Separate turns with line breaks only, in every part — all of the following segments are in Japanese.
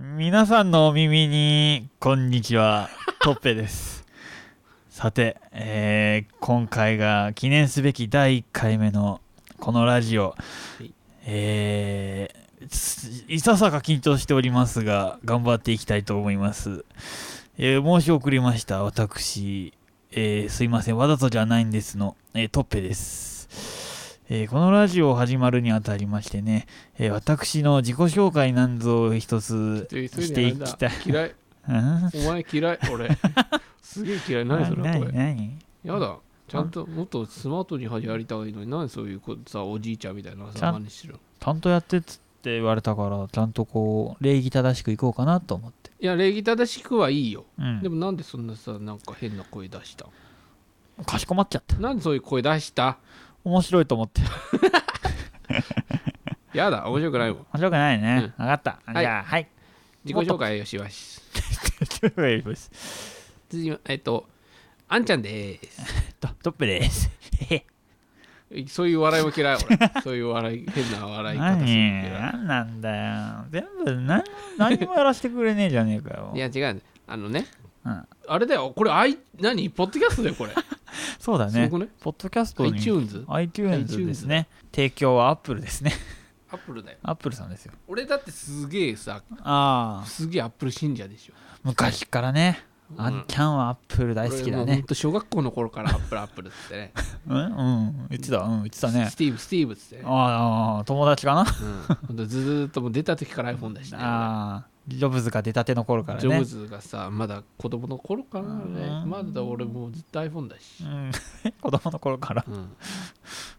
皆さんのお耳にこんにちは トッペですさて、えー今回が記念すべき第1回目のこのラジオ
い
えーすいささか緊張しておりますが頑張っていきたいと思います、えー申し遅れました私、えーすいませんわざとじゃないんですの、えートッペです、えーこのラジオ始まるにあたりましてね、えー私の自己紹介なんぞを一つ、
ちょ急い
して
でや
い
んだ
きたい
嫌い。
うん
お前嫌い。 俺。すげえ嫌い。何それ
な
これ。
何
やだ。ちゃんともっとスマートにやりたいのに、何そういうこさ、おじいちゃんみたいな
ちゃ
さ、
ん
何してるの
ちゃんとやってっつって言われたからちゃんとこう礼儀正しくいこうかなと思って、
いや、礼儀正しくはいいよ。
うん、
でもなんでそんなさ、なんか変な声出した
かしこまっちゃった
なんでそういう声出した
面白いと思って面
やだ、面白くないもん。
白くないね、分かった、
はい
じゃあはい
自己紹介をします。
ということです
次はえっと、あんちゃんです。
トトップですえ
そういう笑いも嫌い、 俺。そういう笑い、変な笑い方す
何
るの嫌い。
何なんだよ全部何何もやらせてくれねえじゃねえかよ
いや、違う。あのね、
うん
あれだよ、これ、あい何ポッドキャストだよ、これ。
そうだ
す
ね
ごくね。
ポッドキャストに
iTunes?
ですね提供はアップルですね
アップルだよ。
アップルさんですよ
俺だってすげえさ、
ああ
すげえアップル信者でしょ。
昔からね
うん
あんちゃんはアップル大好きだ
俺もうほん
ね
と小学校の頃からアップルアップルっつって ね。
うんうん言ってたうん言ってたね
スティーブ、スティーブっつってね。
ああ友達かな
うん、ほんとずーっともう出た時から iPhone だしね。
ああジョブズが出たての頃からね
ジョブズがさ、まだ子供の頃からね、
うん
まだ俺もうずっと iPhone だし
う、ん 子供の頃から
うん、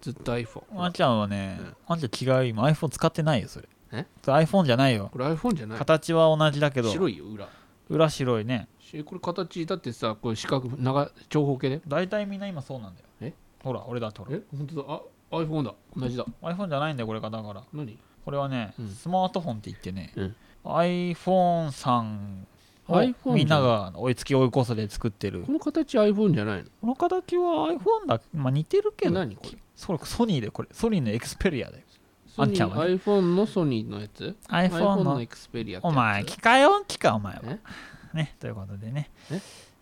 ずっと iPhone。
あんちゃんはね
うん
あんちゃん違う今 iPhone 使ってないよそれ
え
それ iPhone じゃないよ
これ iPhone じゃない
形は同じだけど
白いよ、裏。
裏白いね
しこれ形だってさ、これ四角、長長方形ね。
大体みんな今そうなんだよ
え
ほら俺だってほら
え、本当だ。あ、iPhone だ。同じだ。
iPhone じゃないんだよこれがだから
何
これはね、
うん
スマートフォンって言ってね、
うん
iPhone さんを
iPhone じゃん
みんなが追いつき追い越せで作ってる
この形 iPhone じゃないの
この形は iPhone だ、まあ、似てるけど
何これ
それソニーでこれソニーのエクスペリアだよあんちゃんはね
iPhone のソニーのやつ
iPhone の
の Xperia ってやつ
お前機械音機かお前は
え
ねということでね
え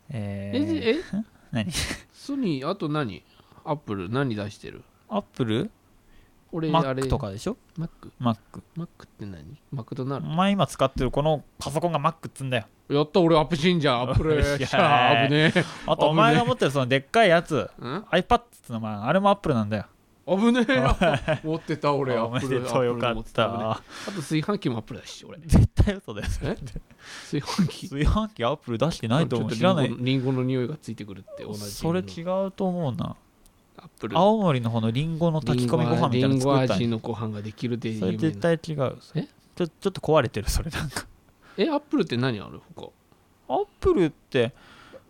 え
え
ー、
え
何
ソニーあと何アップル何出してる
アップル
俺あれ
Mac とかでしょ
マック
Mac
マックって何マクドナ
お
ル
前今使ってるこのパソコンが Mac っつんだよ
ドやった俺アップ信者アップル
よっしゃー
しゃあ危ねえ
あとお前が持ってるそのでっかいやつ
ん
iPad っつうのまああれも Apple なんだよ
危ねえアップ持ってた俺ア
おめ
ップ
で
ル
とうよか
アップル持
ってた
危ねえあと炊飯器もアップルだし俺
絶対嘘だよ
え炊飯器
炊飯器アップル出してないと思う知らな
ちょ
い
っとリンゴのリンゴの匂いがついてくるって同じ
それ違うと思うな
アップル
青森の方のリンゴの炊き込みご飯みたいなの作ったんや
リンゴ味のご飯ができるで有
そ
名
れ
な
絶対違う
え
ちょちょっと壊れてるそれなんか
えアップルって何ある他
アップルって、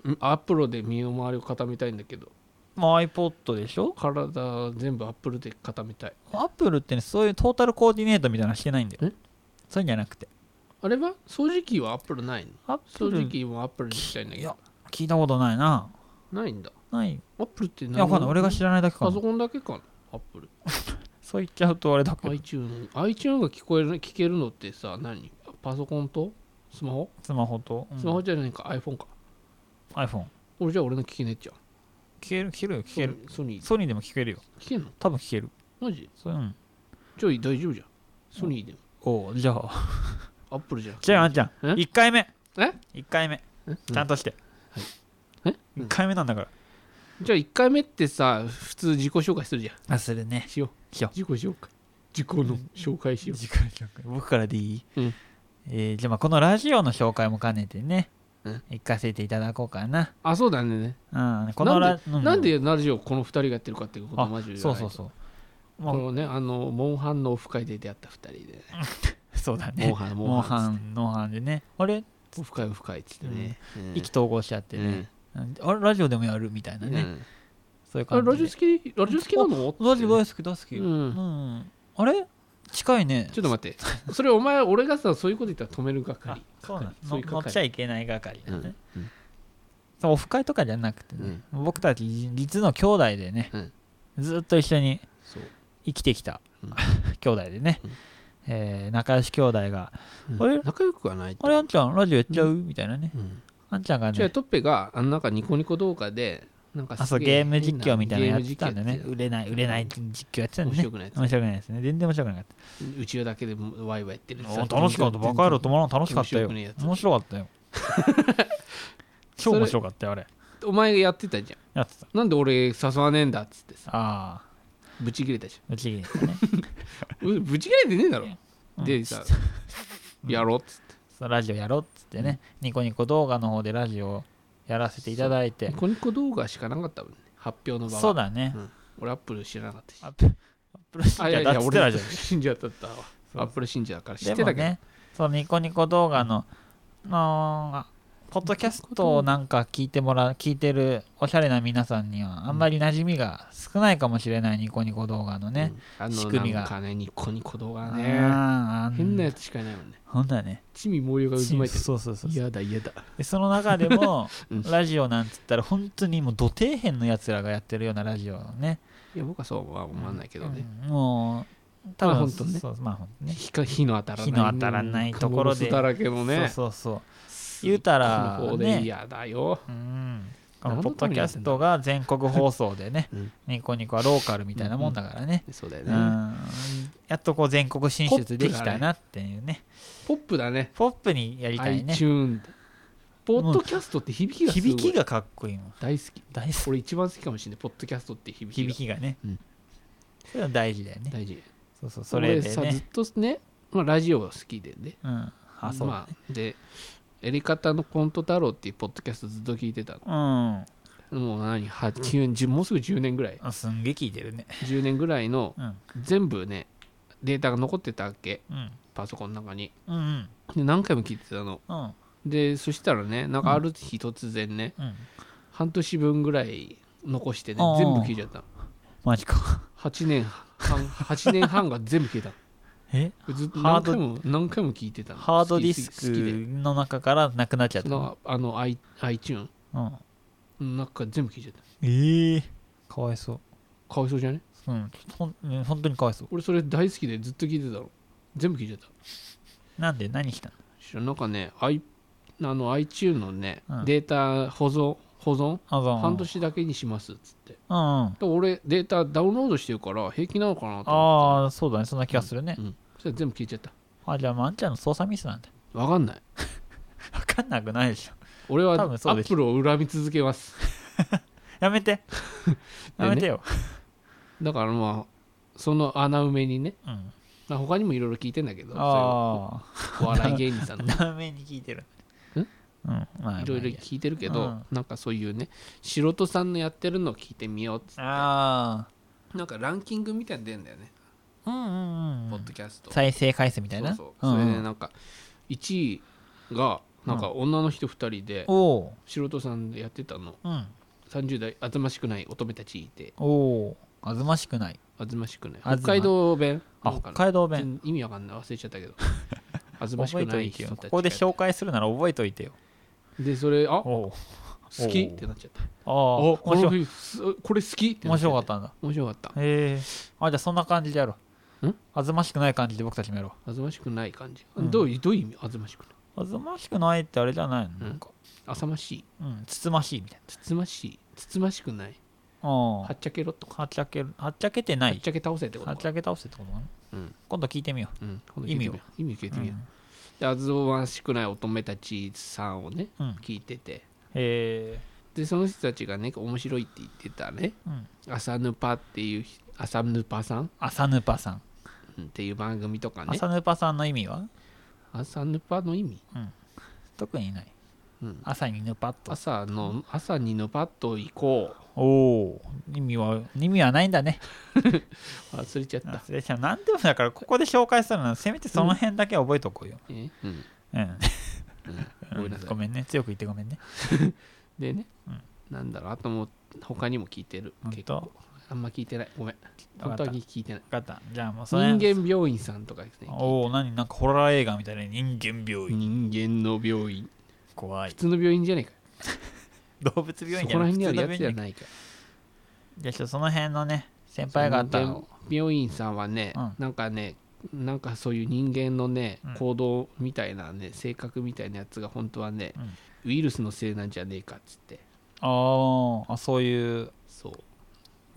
んアップルで身の回りを固めたいんだけど
まあ、iPod でしょ
体全部アップルで固めたい
アップルってねそういうトータルコーディネートみたいなのしてないんだよ
え
そういうんじゃなくて
あれは掃除機はアップルないの
アッ
掃
プ
除
ル
機もアップルにしたいんだけ
いや
ど
聞いたことないな
ないんだ
ないい
アップルって何
やわかんない俺が知らないだけか
パ
な
ソコンだけかなアップル
そう言っちゃうとあれだけど
iTunes iTunes が聞こえる聞けるのってさ何パソコンとスマホ
スマホと、うん
スマホじゃないか、iPhone か
iPhone
俺じゃ俺の聞けねえじゃん
聞ける聞けるよ聞ける
ソニーソ
ソニーでも聞けるよ
ニー聞けんの
多分聞ける
マジ
そううん
ちょい大丈夫じゃんソニーでも
おうじゃあ
アップルじゃなくて
じゃああんちゃん
え
1回目
え
1回目
え
ちゃんとして、
えうん
1回目なんだから
じゃあ1回目ってさ普通自己紹介するじゃん
あそれね
しよう
しよう
自己紹介自己の紹介しよう
時間紹介僕からでいい、
うん
えーじゃあまあこのラジオの紹介も兼ねてね、
うん
行かせていただこうかな、
あそうだね
うん、このラう
なんでラジオこの2人がやってるかっていうこと
あ
マジで
そうそうそう
こ
もう
のねあのモンハンのオフ会で出会った2人でね
そうだ
モン
ね
ハンモ
モ
ン
ン
ハン
ハンノーハンでねあれ
オフ会オフ会っつってね
意気投合しちゃってね、うんあれラジオでもやるみたいなね、そういう
あ
感
ラ
じ
ジオ
で
好きラジオ好きなの
ラジオ大好き大好き、
う
うん
ん
あれ近いね
ちょっと待ってそれお前俺がさそういうこと言ったら止める
あ
係
そうなん
そ
の
ういう
乗
係
っちゃいけない係だね、
うんうん
そうオフ会とかじゃなくてね、僕たち実の兄弟でね、
うん
ずっと一緒に
そう
生きてきた、
うん
兄弟でね、えー仲良し兄弟が、
うん
あれ
仲良くはない
あれ、あんちゃん、ラジオやっちゃう、みたいなね。
うん
あんちゃんが
違う
ね、
トッペがあのなんかニコニコ動画でなんか
あ、
す
そう、
げえ
ゲーム実況みたいなのやってたんだ
ゲー
ね
ム。実況
売れない、売れない実況やってたん
面
だね
白。くないやつ
面白くないですね。全然面白くなかっ
うちわだけでワイワイやってる
た。お楽しかった。バカ野郎止まらん。楽しかったよ。
面白くねえやつ
面白かったよ。 超面白かったよ、あれ。
お前がやってたじゃ
やってた。
んなんで俺誘わねえんだっつってさ
ああ、
ぶち切れたじ
うちにですね。
ゃん俺ぶち切れてねえだろ
うん
でさ
うん
やろうっつっ
そうラジオやろうっつってね、ニコニコ動画の方でラジオをやらせていただい
て
て
ニ。コニコ動画しかなかったもんね発表の場は
そうだね
う。ん俺アップル知らなかったし
アップアップル信
あいや
者
い
だっつってた
や俺
じゃん。
信者だったわ
そう
アップル信者だから知
で
って
も
たけど
ね、そうニコニコ動画の、のあポッドキャストをなんか聞いてもらう、聞いてるおしゃれな皆さんには、あんまり馴染みが少ないかもしれない、ニコニコ動画のね
う。んあの
仕組みが
なんかねニコニコ動画ね
あーあん
変なやつしかいないもんね
ほんだね。
地味毛量が渦
そ
巻
う
いて
そうそうそう
る。嫌だ嫌だ
でその中でも、
うん
ラジオなんつったら、本当にもう、土底辺のやつらがやってるようなラジオをね。
いや僕はそうは思わないけどね、
うんもう、多分、
まあほんとね
そうまあほんとね。
火か火の当たらない
火の当たらないところで
カモスだらけのね
そうそうそう。言うたら、
この方で嫌だよ、
ね、うん。この
何の
ポッドキャストが全国放送でね、
うん
ニコニコはローカルみたいなもんだからね。
そうだよ
う
ね、
ん。やっとこう全国進出できたなっていうね。
ポップだね
ポップにやりたいね。
iTune ポッドキャストって響きがすごい
響きがかっこいいもん。
大好き
大好
俺一番好きかもしれないポッドキャストって響
き。
きが
響きがね。
うん
そういうの大事だよね。
大事
そうそう、それ
俺
で
さず
ね
っ。とね、まあ、ラジオが好きでね
うん。あ、そうだ
まあ、でやり方のコント太郎っていうポッドキャストずっと聞いてた
ね。
のもう何8 9 10もうすぐ10年ぐらい
うん。あすんげえ聞いてるね。
10年ぐらいの
うん。
全部ねデータが残ってたわけ
うん。
パソコンの中に
うんうん。
で何回も聞いてたの
うん。
でそしたらねなんかある日突然ね、
うん。
半年分ぐらい残してね
あー
全部聞いちゃったの
マジか。
8年半 八年半が全部消えた
え
のずっと
ハー
何
ド
回も何回も聞いてたの
ハードディス
好き好きで
クの中からなくなっちゃっ
そ
たの。
のあの i- iTune
うん。
の中から全部聞いちゃった
ええかわいそう。
かわいそうじゃね
うん、ほんうん本当にかわいそう。
俺それ大好きでずっと聞いてたの全部聞いちゃった
なんで何したの
知らんなんかね、I、あの iTune のね、
うん
データ保存保存
あそう
半年だけにしますっつって
うんうん。
で俺データダウンロードしてるから平気なのかなと思っ
ああ、そうだね。そんな気がするね
て。うん、それ全部聞いちゃった
あ、じゃあ、まああんちゃんの操作ミスなんだ。
わかんない
わかんなくないでしょ。
俺はア
多分そうで
ッ
し
プルを恨み続けます
やめ て。やめてよ。
だからまあその穴埋めにね、
うん。
まあ、他にもいろいろ聞いてんだけど
ああ、
それをお笑い芸 人さんの
ダメに聞いてる。
ん
うん。まあ、
いろいろ
ま
聞いてるけど、
うん
なんかそういうね素人さんのやってるのを聞いてみようっつ
あ
なんかランキングみたいなの出るんだよね、
あー、うんうんう
ポッ
ん
ド。キャスト
再生回数みたいな。
そう
う
そう、
ん
それ
う
で
ん
なんか1位がなんか女の人2人で
おお。
素人さんでやってたの
うん。
30代あずましくない乙女たちいて
おお。あずましくない。
あずましくない
あずま
北海道弁
あ、
なんか
北
ね
海道弁。
全意味わかんない忘れちゃ ったけどあずまし
覚
く
えと
ないい
て
人
よ。
たち
ここで紹介するなら覚えといてよ。
でそれあ好
おお。
きってなっちゃった
ああ、
あ
面
この
白い。
日すこれ好きってな
面
っちゃ
白かったんだ。
面白かった
へえあじゃあそんな感じでやろうんあずましくない感じで僕たちもやろ
あずましくない感じ、
うん
どういうどういう意味あずましくないう
あずましくないってあれじゃないの、
うん
なんか
浅ましい
うんつつましいみたい
つつましいつつましくない
なあ
はっちゃけろとか
あはっちゃけはっちゃけてな
はっ
い
ちゃけ倒せってこと
はっち
か
ゃけ倒せってことなの、
うん
今度聞いてみよ、
うん今度聞いてみよう意味聞いうてみよう
うん
であずましくない乙女たちさんをね
うん
聞いてて
へえ
でその人たちがね面白いって言ってたね
うん
朝ぬぱっていう人朝ぬぱさん
朝ぬぱさん、
うんっていう番組とかね
朝ぬぱさんの意味は
朝ぬぱの意味、
特にない
うん、
朝にぬぱっと
朝の朝にぬぱっと行こ
おお意味は意味はないんだね
う忘れちゃった
忘れちゃう何でもだからここで紹介するのはせめてその辺だけは覚えとこうよ、
えうん
うん
ごめんなさい
ごめんね強く言ってごめんね
でね、
うん
なんだろうあともう他にも聞いてる
ほんと
結構あんま聞いてないごめん
わか
本
った
当は聞いてない
分かったじゃあもうそ
人
の辺
間病院さんとかですね
おお何なんかホラー映画みたいな人間病院
人間の病院
怖い
普通の病院じゃないか
動物病院
そ
じゃ
こら
なく
辺
て
にあるやつ
普通
じゃ
の病院
ないか
じゃあちょっとその辺のね先輩方
人間病院さんはね、
うん
なんかねなんかそういう人間のね
うん
行動みたいなね性格みたいなやつが本当はね
うん
ウイルスのせいなんじゃねえかっつって
ああそういう
そう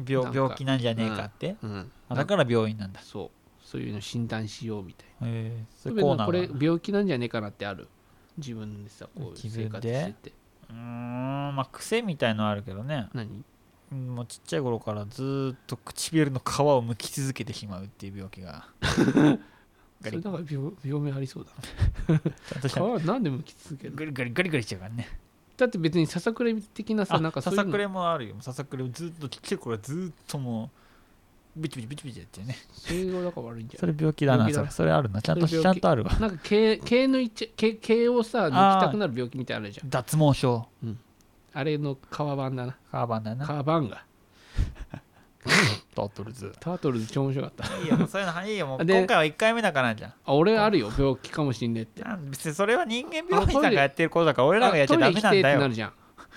な
病
んか
病気なんじゃねえかって、
うん、
あだから病院なんだ
らそうそういうの診断しようみたい
へえそ
な
れコーナ
これ
ーが
病気なんじゃねえかなってある自分でさこう
自分
生
で
活してて
うーんまあ癖みたいのあるけどね
何
うんもうちっちゃい頃からずーっと唇の皮を剥き続けてしまうっていう病気が
そ
ガ
れ
リ
だから病病名ありそう だ
ちゃんとした
な皮なんで向き続ける
ガリガリガリガリしちゃうからね
だって別にささくれ的なさ
あ
なんか
さ
そういう
さ
の
くれもあるよささくれずっとちっちゃい頃はずっともうビチビチビチビチやってるね
それがだから悪いんじゃ
それ病気だな
病気だ
それ
な
それあるなちゃんと
それ
ち
病
ゃ
気
んとあるわ
ないなんか毛毛抜いちゃ毛毛をさ抜きたくなる病気みたいなのあるじゃん
脱毛症
あれの革版だな
カーバンだな
革版が
タートルズ
タートルズ超面白かった
いいよもうそういうのいいよもう
で
今回は1回目だからじゃん
あ俺あるよ病気かもしんねえって
なん別にそれは人間病院さんがやってることだから俺らがやっちゃダ
あ
メ
トイレ行き
な
てえ
ん
っ
だ
てな
よ
るじゃん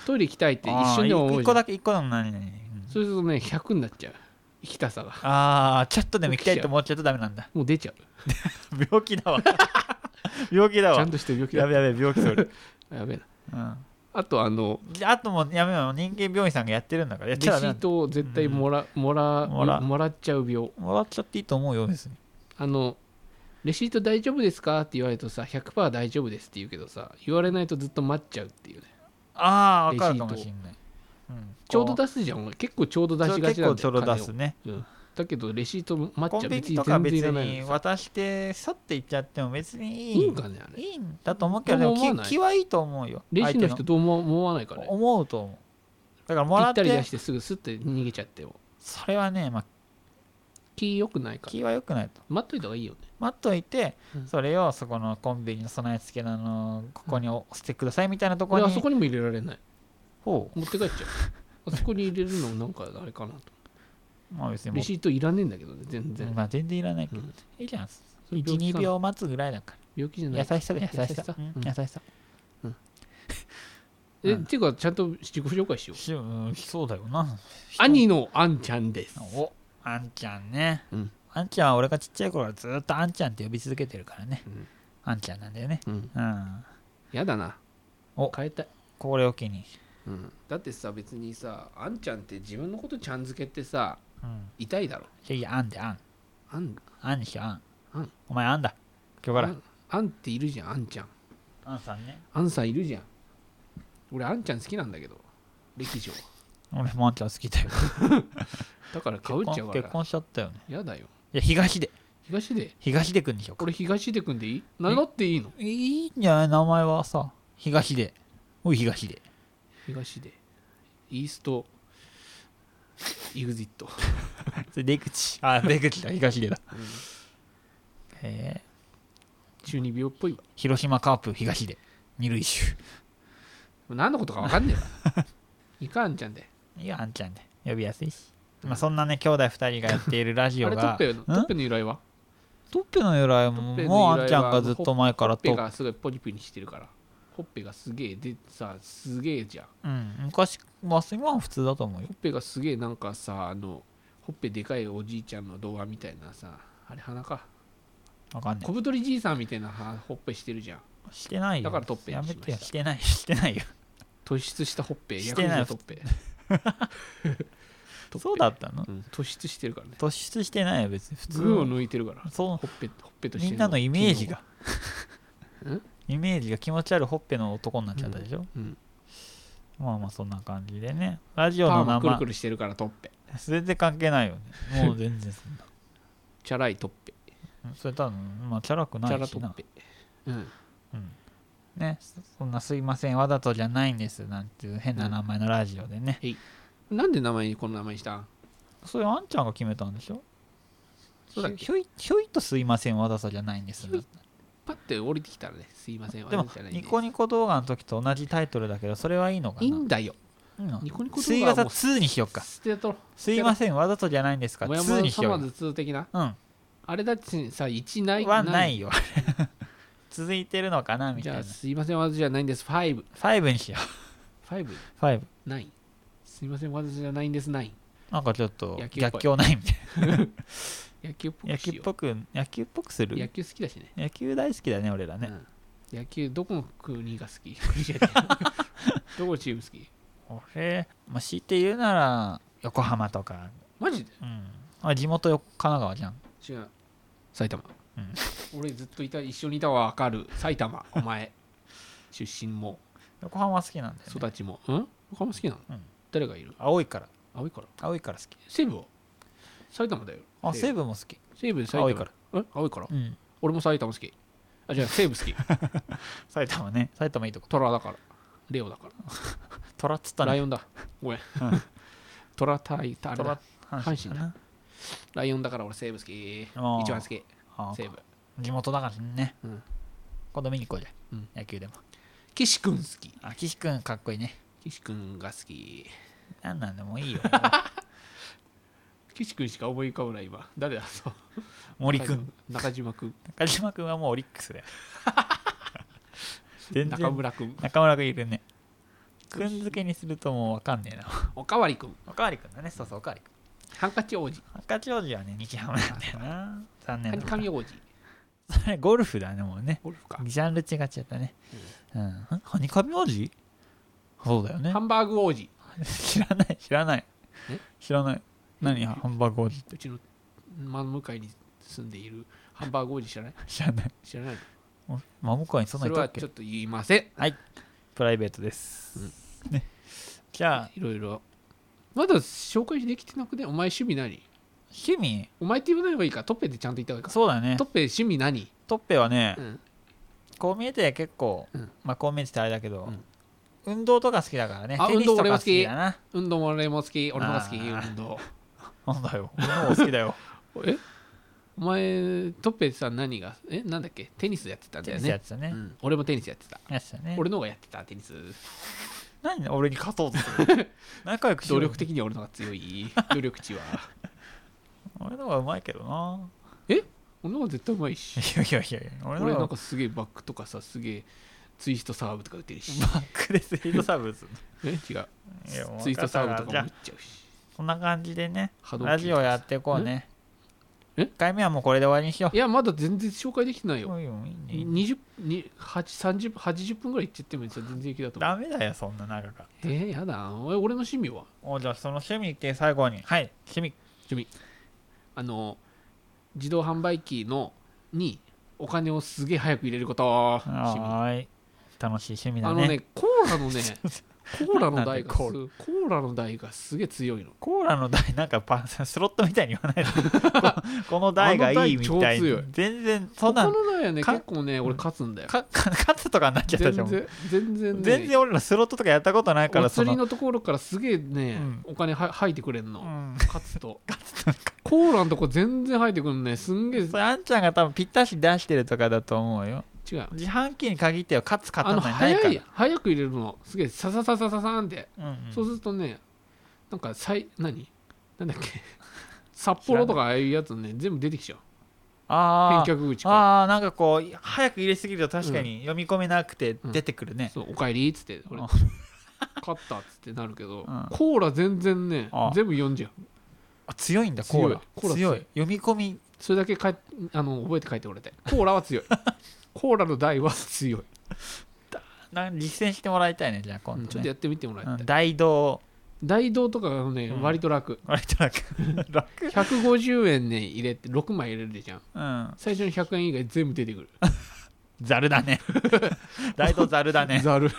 トイレ行きたいって一
ああ
瞬でも思う
一
じゃ
個
ん
だけ一個の何々うん
そうするとね100になっちゃう行きたさが
ああちょっとでも行きたいと思っちゃうとダメなんだ
もう出ちゃう
病気だわ病気だ
ちゃ
わ
んとして病気だ
やべやべ病気 それ
やべえな
うん
あとあの
じゃああともうやめよう人間病院さんがやってるんだからやっちゃ
レ
ダ
シ
メな
ー
んだ
トを絶対もら,、もら
もら
もらっちゃう病
もらっちゃっていいと思うよ別に
あのレシート大丈夫ですかって言われるとさ100%大丈夫ですって言うけどさ言われないとずっと待っちゃうっていうね
ああ
レ
分
シー
か
ト
るかもしんない、うん、
ちょうど出すじゃん俺結構ちょうど出
こう
しが
結
ちなん
構
だよ
ちょろ出すね
金をうんだけどレシート待っ
コ
ちゃ
ンビ
う別
ニ
に
とか
全然
別
いらないの
に
にさ
渡して去って行っちゃっても別にいい
いいんかねあれ
いいんだと思うけどでも
僕も
気
思わない
気はいいと思うよ
レジの人
相手
どうも思わないから
の
ね
思うと思うだからも
ぴ
ら
っ
った
り出
て
してすぐスッて逃げちゃっても
それはね、まあ、
気良くないから
気は良くないと
待っといた方がいいよね
待っといて、
うん
それをそこのコンビニの備え付けのあのここに押してくださいみたいなとこ
俺
ろ
あ
に、
そこにも入れられない
ほ
持って帰っちゃう あそこに入れるのなんかあれかなと
うまあ別にも
レシートいらねえんだけどね全
う
然、
まあ全然いらないけ
う
ど、
ん
いいじゃん
それ病気
12
かな
秒待つぐらいだか
病気じゃ
ら
ない
優しさだよ優し
優し
さ
さ
うん
うん
優しさ
え、
うん
っていうかちゃんと自己紹介しよう
しうんそうだよな
兄のあんちゃんです
おあんちゃんね、
うん
あんちゃんは俺がちっちゃい頃からずっとあんちゃんって呼び続けてるからね、
うん
あんちゃんなんだよね
うん
うん
やだな
お
変えたい、
これを機に、
うん、だってさ別にさあんちゃんって自分のことちゃん付けってさ
うん、
痛いだろ
じゃあいいやあんであん
あん
あんにしようあん、
うん
お前あんだ今日か
あ
ら
んあんっているじゃんあんちゃん
あんさんね
あんさんいるじゃん俺あんちゃん好きなんだけど歴女
俺もあんちゃん好きだよ
だからかぶ
結
っちゃう
婚
か
結
ら
婚しちゃったよね
やだよ
いや東出
東で
東出くんにしよう
こ
か
れ東出くんでいい名乗っていいの
いいんじゃない名前はさ東出おい東出
東でイーストイグジット
それ出口あ 出口だ東出だ、えー
中二病っぽいわ
広島カープ東出二塁手
何のことか分かんねえわ いかあんちゃんで
いや、あんちゃんで。呼びやすいし。まあ、そんなね、兄弟二人がやっているラジ
あ
オ
れトッ
が。
ペのトッペの由来は
トッペの由来も、
トッペの由来は
もうあんちゃんがずっと前から
トッ
と
ペ、がすごいポリピリしてるからほっぺがすげえでさすげえじゃ
う
ん
ん、昔、まあ、今は普通だと思うよ
ほ。っぺがすげえなんかさあのほっぺでかいおじいちゃんの動画みたいなさあれ鼻か
わかんない
小。太りじいさんみたいなはほっぺしてるじゃん
してないよ。
だからトッペに
やめ
しま
て
し
よ。
た
してない、してないよ。
突出したほっぺ
し
ヤク
て
ル
ない
トほっぺトッペ
そうだったの
うん突出してるからね
突出してないよ、別に。普通
群を
の。
抜いてるから
そ
ほっぺほっぺ
う、
として
みんなのイメージが
ん。
イメージが気持ち悪いほっぺの男になっちゃったでしょ、
うん
まあまあそんな感じでねラジオ
パー
の
マ
名
くる
前
くるしてるからトッペ
全然関係ないよねもう全然そんな
チャラいトッペ
うんそれ多分まあチャラくな
チャ
い
ラ
し
トッ
な
ペうん
うんね、そそんな「すいませんわざとじゃないんです」なんていう変な名前のラジオでね、
なんで名前にこの名前にしたん
それあんちゃんが決めたんでしょ
そうだっけ
ひょいひょいと「すいませんわざとじゃないんです」
ひょいパッて降りてきたらねすいません
でも
悪いじゃないん
ニコニコ動画の時と同じタイトルだけどそれはいいのかない
いんだよ
いいの
ニコニコ動
すい
画
ま
は
せん
もう
2にしよっか
捨てとろ
「すいませんわざとじゃないんですか」
もやも
2
や
にし
さま
ようよ
ず2的な
うん
あれだってさ1ない
はないよ 続いてるのかなみ
じ
たい
ゃ
な
あすいませんわずじゃないんです55
5にしよう5
ないすいませんわずじゃないんですない
なんかちょっと
野球っぽい
逆境ないみたい
野球っぽ
野
く
球
し
っ
よ
ぽく野球っぽくす
う野
る
球好きだしね
野球大好きだね俺らね、
うん野球どこの国が好き 国じゃねえどこのチーム好き
俺、まあ、強いて言うなら横浜とか、
マジで
うんあ地元よ神奈川じゃん
違う埼玉、
う
俺ずっといた一緒にいたわ分かる埼玉 お前出身も
横浜好きなんだよ、ね、
育ちもうん他も好きなの、
うん
誰がいる
青いから
青いから
青いから好き
西武は埼玉だよ
あ
西
西武も好き
西武埼玉
青いから
え青いから
うん
俺も埼玉好きあじゃあ西 武好き
埼玉ね埼玉いいとこ
虎だからレオだか
虎っつったら
らライオンだごめん 虎対あれだ
虎
阪神だ
な
ライオンだから俺西武好き
あー
一番好き
あ
西武
地元だからね、
うん
今度見に行こうじゃん、
うん
野球でも
岸君好き
あ岸君かっこいいね
岸君が好き
なんなんでもう いいよ
岸君しか思い浮かぶない今誰だそう
森君
中島君
中島君はもうオリックスだ よ全然
中村君
中村君いるね君付けにするともう分かんねえな
おかわり君
おかわり君だねそうそうおかわり君
ハンカチ王子
赤ち王子はね日ハムなんだよな残念な
ハニ
が
カミ王子
らそれゴルフだねもうね
ゴルフか
ジャンル違っちゃったねうん、んハニカミ王子そうだよね
ハンバーグ王子
知らない知らない
え
知らない何ハンバーグ王子
うちの真向かいに住んでいるハンバーグ王子知らない
知らない
知らないの
真向かいにそんな
そ
にい
れ
た
は
っけ
ちょっと言いません
プライベートです、ねじゃあ
いろいろまだ紹介できてなくねお前趣味何
趣味
お前って言わない方がいいかトッペでちゃんと言った方がいいか
そうだね
トッペ趣味何
トッペはね、
うん
こう見えて結構、
うん
まあこう見えててあれだけど、
うん
運動とか好きだからね
あ
テニスと
運動
か
俺も
好
好き
きだ な
運動も俺も好き俺もが好き
あー
運動
なんだよ運動好きだ よ
えお前トッペさん何がえなんだっけテニスやってたんだ
テ
よ
ニスやっ
ね
てたね、
うん俺もテニスやってた
やってたね
俺の方がやってたテニス
何俺に勝とうとす る仲良くしよ
努
う
力的には俺の方が強い 努力値は
俺の方がうまいけどな
俺の方が絶対うまい
い
し
やいやいやいや俺の方
俺な
が
んかすげえバックとかさすげえツイストサーブとか打てるし
バックでスイートサーブ打つ
え違う
のいやもう
ツイストサーブと
じ
か
ゃ
も打
あ
っちゃうし
こんな感じでね
波動
ラジオやっていこうね
ええ
1回目はもうこれで終わりにしよう
いやまだ全然紹介できてないよ
いいよいいねいいね
20に8 30 80分ぐらいいっちゃっても全然平気だと思う
ダメだよそんな長か
えー、やだおい俺の趣味は
おじゃあその趣味系最後にはい趣味
あの自動販売機のにお金をすげえ早く入れること趣味
はーい楽しい趣味
あ
だ
の
ね
ねコーラのねコーラの台が
な
すコ
んで
ーラの台がすげえ強いの
コーラの台なんかパスロットみたいに言わないで ここの台がいいみた
あの台
い
超強い
に全然そ
こ
んな
こ
ん
の台はね
か
結構ね俺勝つんだよ
かか勝つとかになっちゃった
全
じゃん
然全然ね
全然俺らスロットとかやったことないから
お
そ
釣り
の
のところからすげえね、お金は入ってくれんの、
うん
勝つとコーラのとこ全然入ってくるのねすんげえ違
それあんちゃんが多分ぴったし出してるとかだと思うよ
う
自販機に限っては勝つ勝
あ
た
の
ないないか
早
ら
い早く入れるのすげえササササササーンって、
うんうん
そうするとねなんかさい何なんだっけ札幌とかああいうやつね全部出てきちゃう
あー
返却口から
あーなんかこう早く入れすぎると確かに読み込めなくて出てくるね、
そうおかえりっつって俺
あ
勝ったっつってなるけど、
うん
コーラ全然ね
あ
全部読んじゃう
あ強いんだコーラ
強いコーラ
強
強い
い読み込み
それだけかあの覚えて書いておれてコーラは 強いコーラの台は強い、
なん実践してもらいたいねじゃあ今度、ね
ちょっとやってみてもらいたい、
うん大道
大道とかがね、
うん
割と楽
割と楽楽
150円ね入れて6枚入れるじゃん
うん
最初の100円以外全部出てくる
ざる だね大道ざるだね
ざる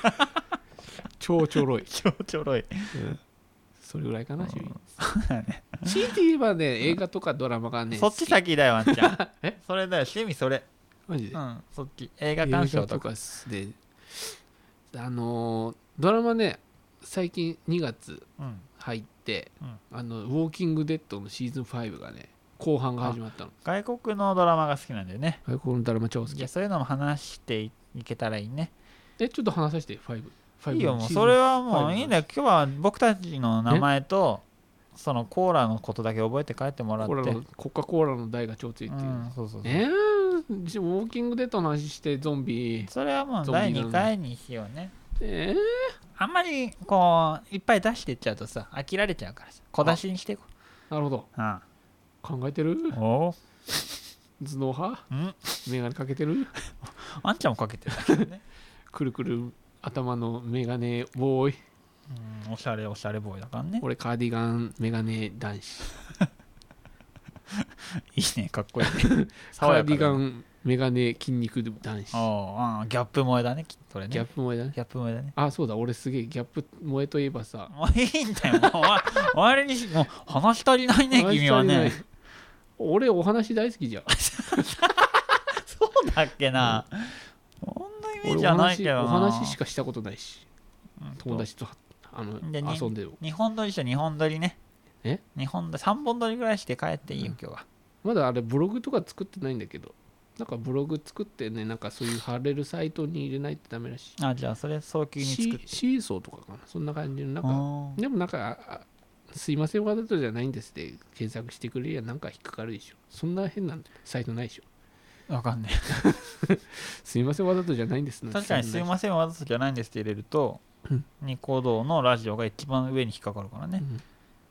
超ちょろい、
ちょちょろい
それぐらいかな趣味強いて言えばね映画とかドラマがね
そっち
好き
先だよあんちゃん
え
それだよ趣味それ
マジで
うんそっち映画鑑賞とか
映画であのードラマね最近2月
うん
入って、
うん
あのウォーキングデッドのシーズン5がね後半が始まったの
外国のドラマが好きなんだよね
外国のドラマ超好
い
き
やそういうのも話していけたらいいね
えちょっと話させて5 5
いいよもう
シーズン
それはも
は
う
い
いいんだよ今日は僕たちの名前とそのコーラのことだけ覚えて帰ってもらっ
コー
て
ラのコカ・コーラの台が超ついて
う
る、
んそうそうそう
えー、じゃあウォーキングデッドの話してゾンビ
それはもう
ゾンビ
第
なの
2回にしようね
え
あんまりこういっぱい出してっちゃうとさ飽きられちゃうからさ小出しにしていこ
ー、なるほど
う、うん、
考えてる
お
頭脳派
うん
眼鏡かけてる
あんちゃんもかけてるけどね、
くるくる頭の眼鏡ボーイ
うん、おしゃれおしゃれボーイだからね
俺カーディガン眼鏡男子
いいねかっこいいね
カ
爽や
ー
か
デ
だね
ィガン眼鏡筋肉男子
ああギャップ萌えだねきっとね
ギャップ萌えだね
ギャップ萌えだね
あそうだ俺すげえギャップ萌えといえばさ
もういいんだよもう終わ終わりにしもう話し足りないね
話
君
し
は
足りない
ね
俺お話大好きじ ゃん
そうだっけな、そんなイメージ
俺
じ
お
ゃない
話
けどな
お話しかしたことないし
うん
友達とあの
でに
遊んでる
日本撮りしよう日本撮りね
え
日本撮り3本撮りぐらいして帰っていいよ今日は、
まだあれブログとか作ってないんだけどなんかブログ作ってねなんかそういう貼れるサイトに入れないとダメらし
あじゃあそれ早急
い
に
シ
作っ
ー
て
シーソーとかかなそんな感じのなんか
あー
でもなんかあ「すいませんわざとじゃないんです」って検索してくれりゃなんか引っかかるでしょそんな変なサイトないでしょ
わかんない
「すいませんわざとじゃないんです」なんて
確かに「すいませんわざとじゃないんです」って入れると
うん
ニコ動のラジオが一番上に引っかかるからね、
うん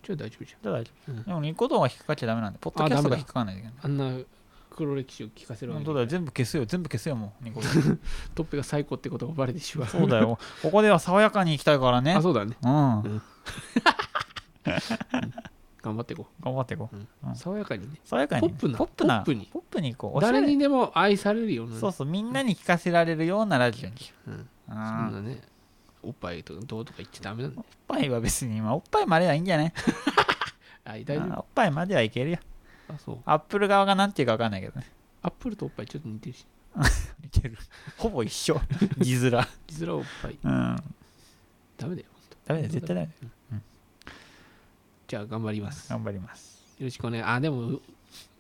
ちょっと大丈夫じゃん
じゃあ大丈夫、
うん
でもニコ動が引っかかっちゃダメなんでポッドキャストが引っかかんないといけない
あんな黒歴史を聞かせるわ
本
け
当
に
だよ全部消すよ全部消すよもうニコ動
トッペが最高ってことがバレてしまう
そうだよここでは爽やかに行きたいからね
あそうだね
うん頑
頑張っていこ
張っていこう
う爽やかにね
爽やかに
ポップな
ポップな
ポップに
ポップに行こうおしゃれ
誰にでも愛されるような
そうそうみんなに聞かせられるようなラジオにしよう
うん
う
そ
ん
んなねおっぱいとかどうとか言っちゃダメなんだよ
おっぱいは別に今おっぱいまではいいんじゃない
あ大
う
丈
んおっぱいまではいけるよ
夫あそう
アップル側がなんていうかわかんないけどね
アップルとおっぱいちょっと似てるし
いけるほぼ一 緒字面
実はおっぱい
うん
ダメだよ
ダメだよ絶対ダメだよ
じゃあ頑張りますよ
頑張ります
ろしくお願いあでも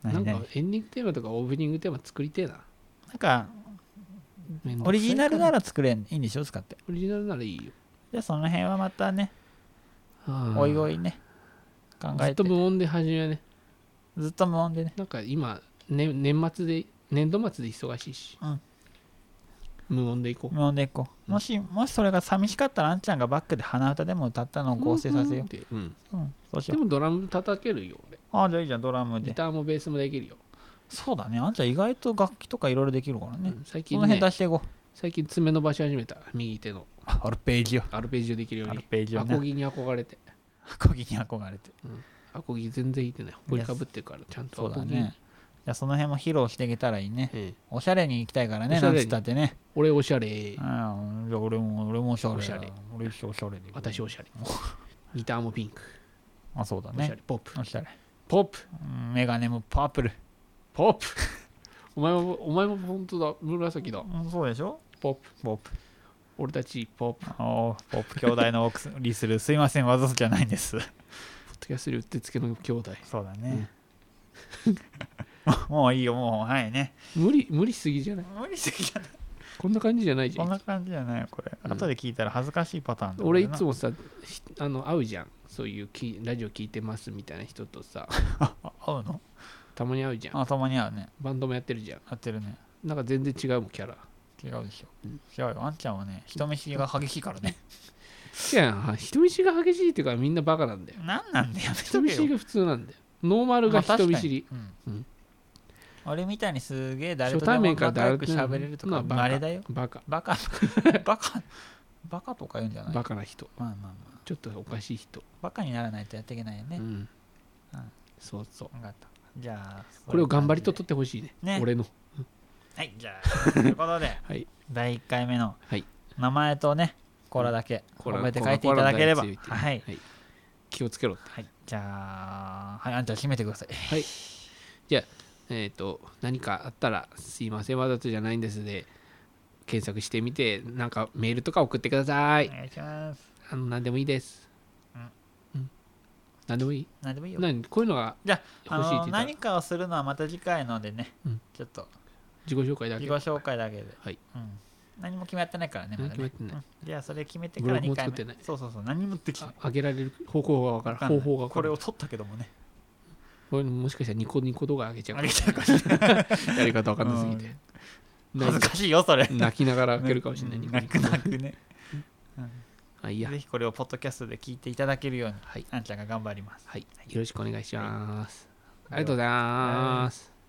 な
何
ん
々
かエンディングテーマとかオープニングテーマ作りてえな
なんか
めんどくさい
オリジナルな
か
ら
ら
作れんいいんでしょ使って
オリジナルならいいよ
じゃあその辺はまたね
お
おいお
い
いね考
ず
え
ってと無音で始めね
ずっと無音でね
なんか今、ね、年末で年度末で忙しいし、
うん
無音でいこう
無音でいこう、もしもしそれが寂しかったらあんちゃんがバックで鼻歌でも歌ったのを合成させよ
でうん
う、うん、そうし
で
よう
もドラム叩けるよ俺
ああじゃあいいじゃんドラム
ギ
で
ターもベースもできるよ、
そうだねあんちゃん意外と楽器とかいろいろできるからね、
うん最
そ
近
の辺
ね
出していこう
最近爪伸ばし始めた右手の
アルページオ
アルペジオできるよう
アル
に
ページオ
アコ
ね
ギに憧れて
アコギに憧れて
アコギ全然弾いてないほこりかぶってるからちゃんと
そ
ア
う
コ
だ
ギ、
ねじゃあその辺も披露していけたらいいね
ええ
おしゃれに行きたいから
お
ね
しゃ
な
れ
ん
に
つったってね
俺おしゃ
うん
れ
じゃあ俺も俺もおしゃれだ
おしゃれ
俺一緒おしゃれで
私おしゃれ ギターもピンク
あそうだ
おしゃれ
ね
ポップ
おしゃれ
ポップ
うんメガネもパープル
ポップお前もお前も本当だ紫だ
うんそうでしょ
ポップ
ポップ
俺たちポップ
おーポップ兄弟のお送りするすいませんわざとじゃないんです
ポッドキャストにうってつけの兄弟
そうだね もういいよもうはいね
無理無理しすぎじゃない
無理すぎじゃない
こんな感じじゃないじゃ
こん
ん
な感じじゃないよこれ
うん
後で聞いたら恥ずかしいパターンだ
俺いつ
も
もさひあの会うじゃんそういうきラジオ聞いてますみたいな人とさ
合うの
たまに会うじゃん
あたまに合うね
バンドもやってるじゃん
合ってるね
なんか全然違うもんキャラ
違うでしょ違うよあんちゃんはね人見知りが激しいからね
いや人見知りが激しいっていうかみんなバカなんだよ
何なんだよやめ
人
と
見
け
知り
よ
が普通なんだよノーマルが人見知り、
まあ確かに
うん
うん俺みたいにすげえ誰と
初
で
対
も
面から
仲
誰
良く
とでも
喋れると
まあ
か
バカ
あれだよ
バカ
バカバカバカとか言うんじゃない
バ
ま
カな人
あまあまあ
ちょっとおかしい人、
バカにならないとやっていけないよ
う
ね
ん
うん
そうそう
分かったじゃあ
これを頑張りと取
と
ってほしいね
ね
俺の
はいじゃあということで
はい
第1回目の
はい
名前とねコラだけ
これ
覚えて書いていただければ
これこれ
はい
はい、気をつけろ
はい、じゃあ、はい、あんちゃん閉めてください。
はい。じゃあ、えっ、と、何かあったら、すいません、わざとじゃないんですで、検索してみて、なんかメールとか送ってください
お。願いします。
あの、何でもいいです。
うん
うん。何でもいい
何でもいいよ。
何こういうのが
じゃあ
欲しいっ
の
て言ったら
何、かをするのはまた次回のでね、
うん
ちょっと
自己紹介だ
自
け
己。紹介だけで、
はい
うん、何も決まってないからね、まだね
何も決まってな
う
い
んじゃあ、それ決めてから2
ブロ
回
グも
目。
作ってない
そうそうそう、何もできない
あ。上げられる方法がわからん。方法がわ
こ
から
れ
ん
を取ったけどもね。
これもしかしたらニコニコ動画上げちゃう
あ
か
り
も
がたいか
やり方わかんなすぎて。
ら恥ずかしいよ、それ。
泣きながら開けるかもしれない。
うん
ニコニ
泣
コ
く泣くね。
あ、いいや。
ぜひこれをポッドキャストで聞いていただけるように、
はい。
あんちゃんが頑張ります。
はい。よろしくお願いします。ありがとうございます。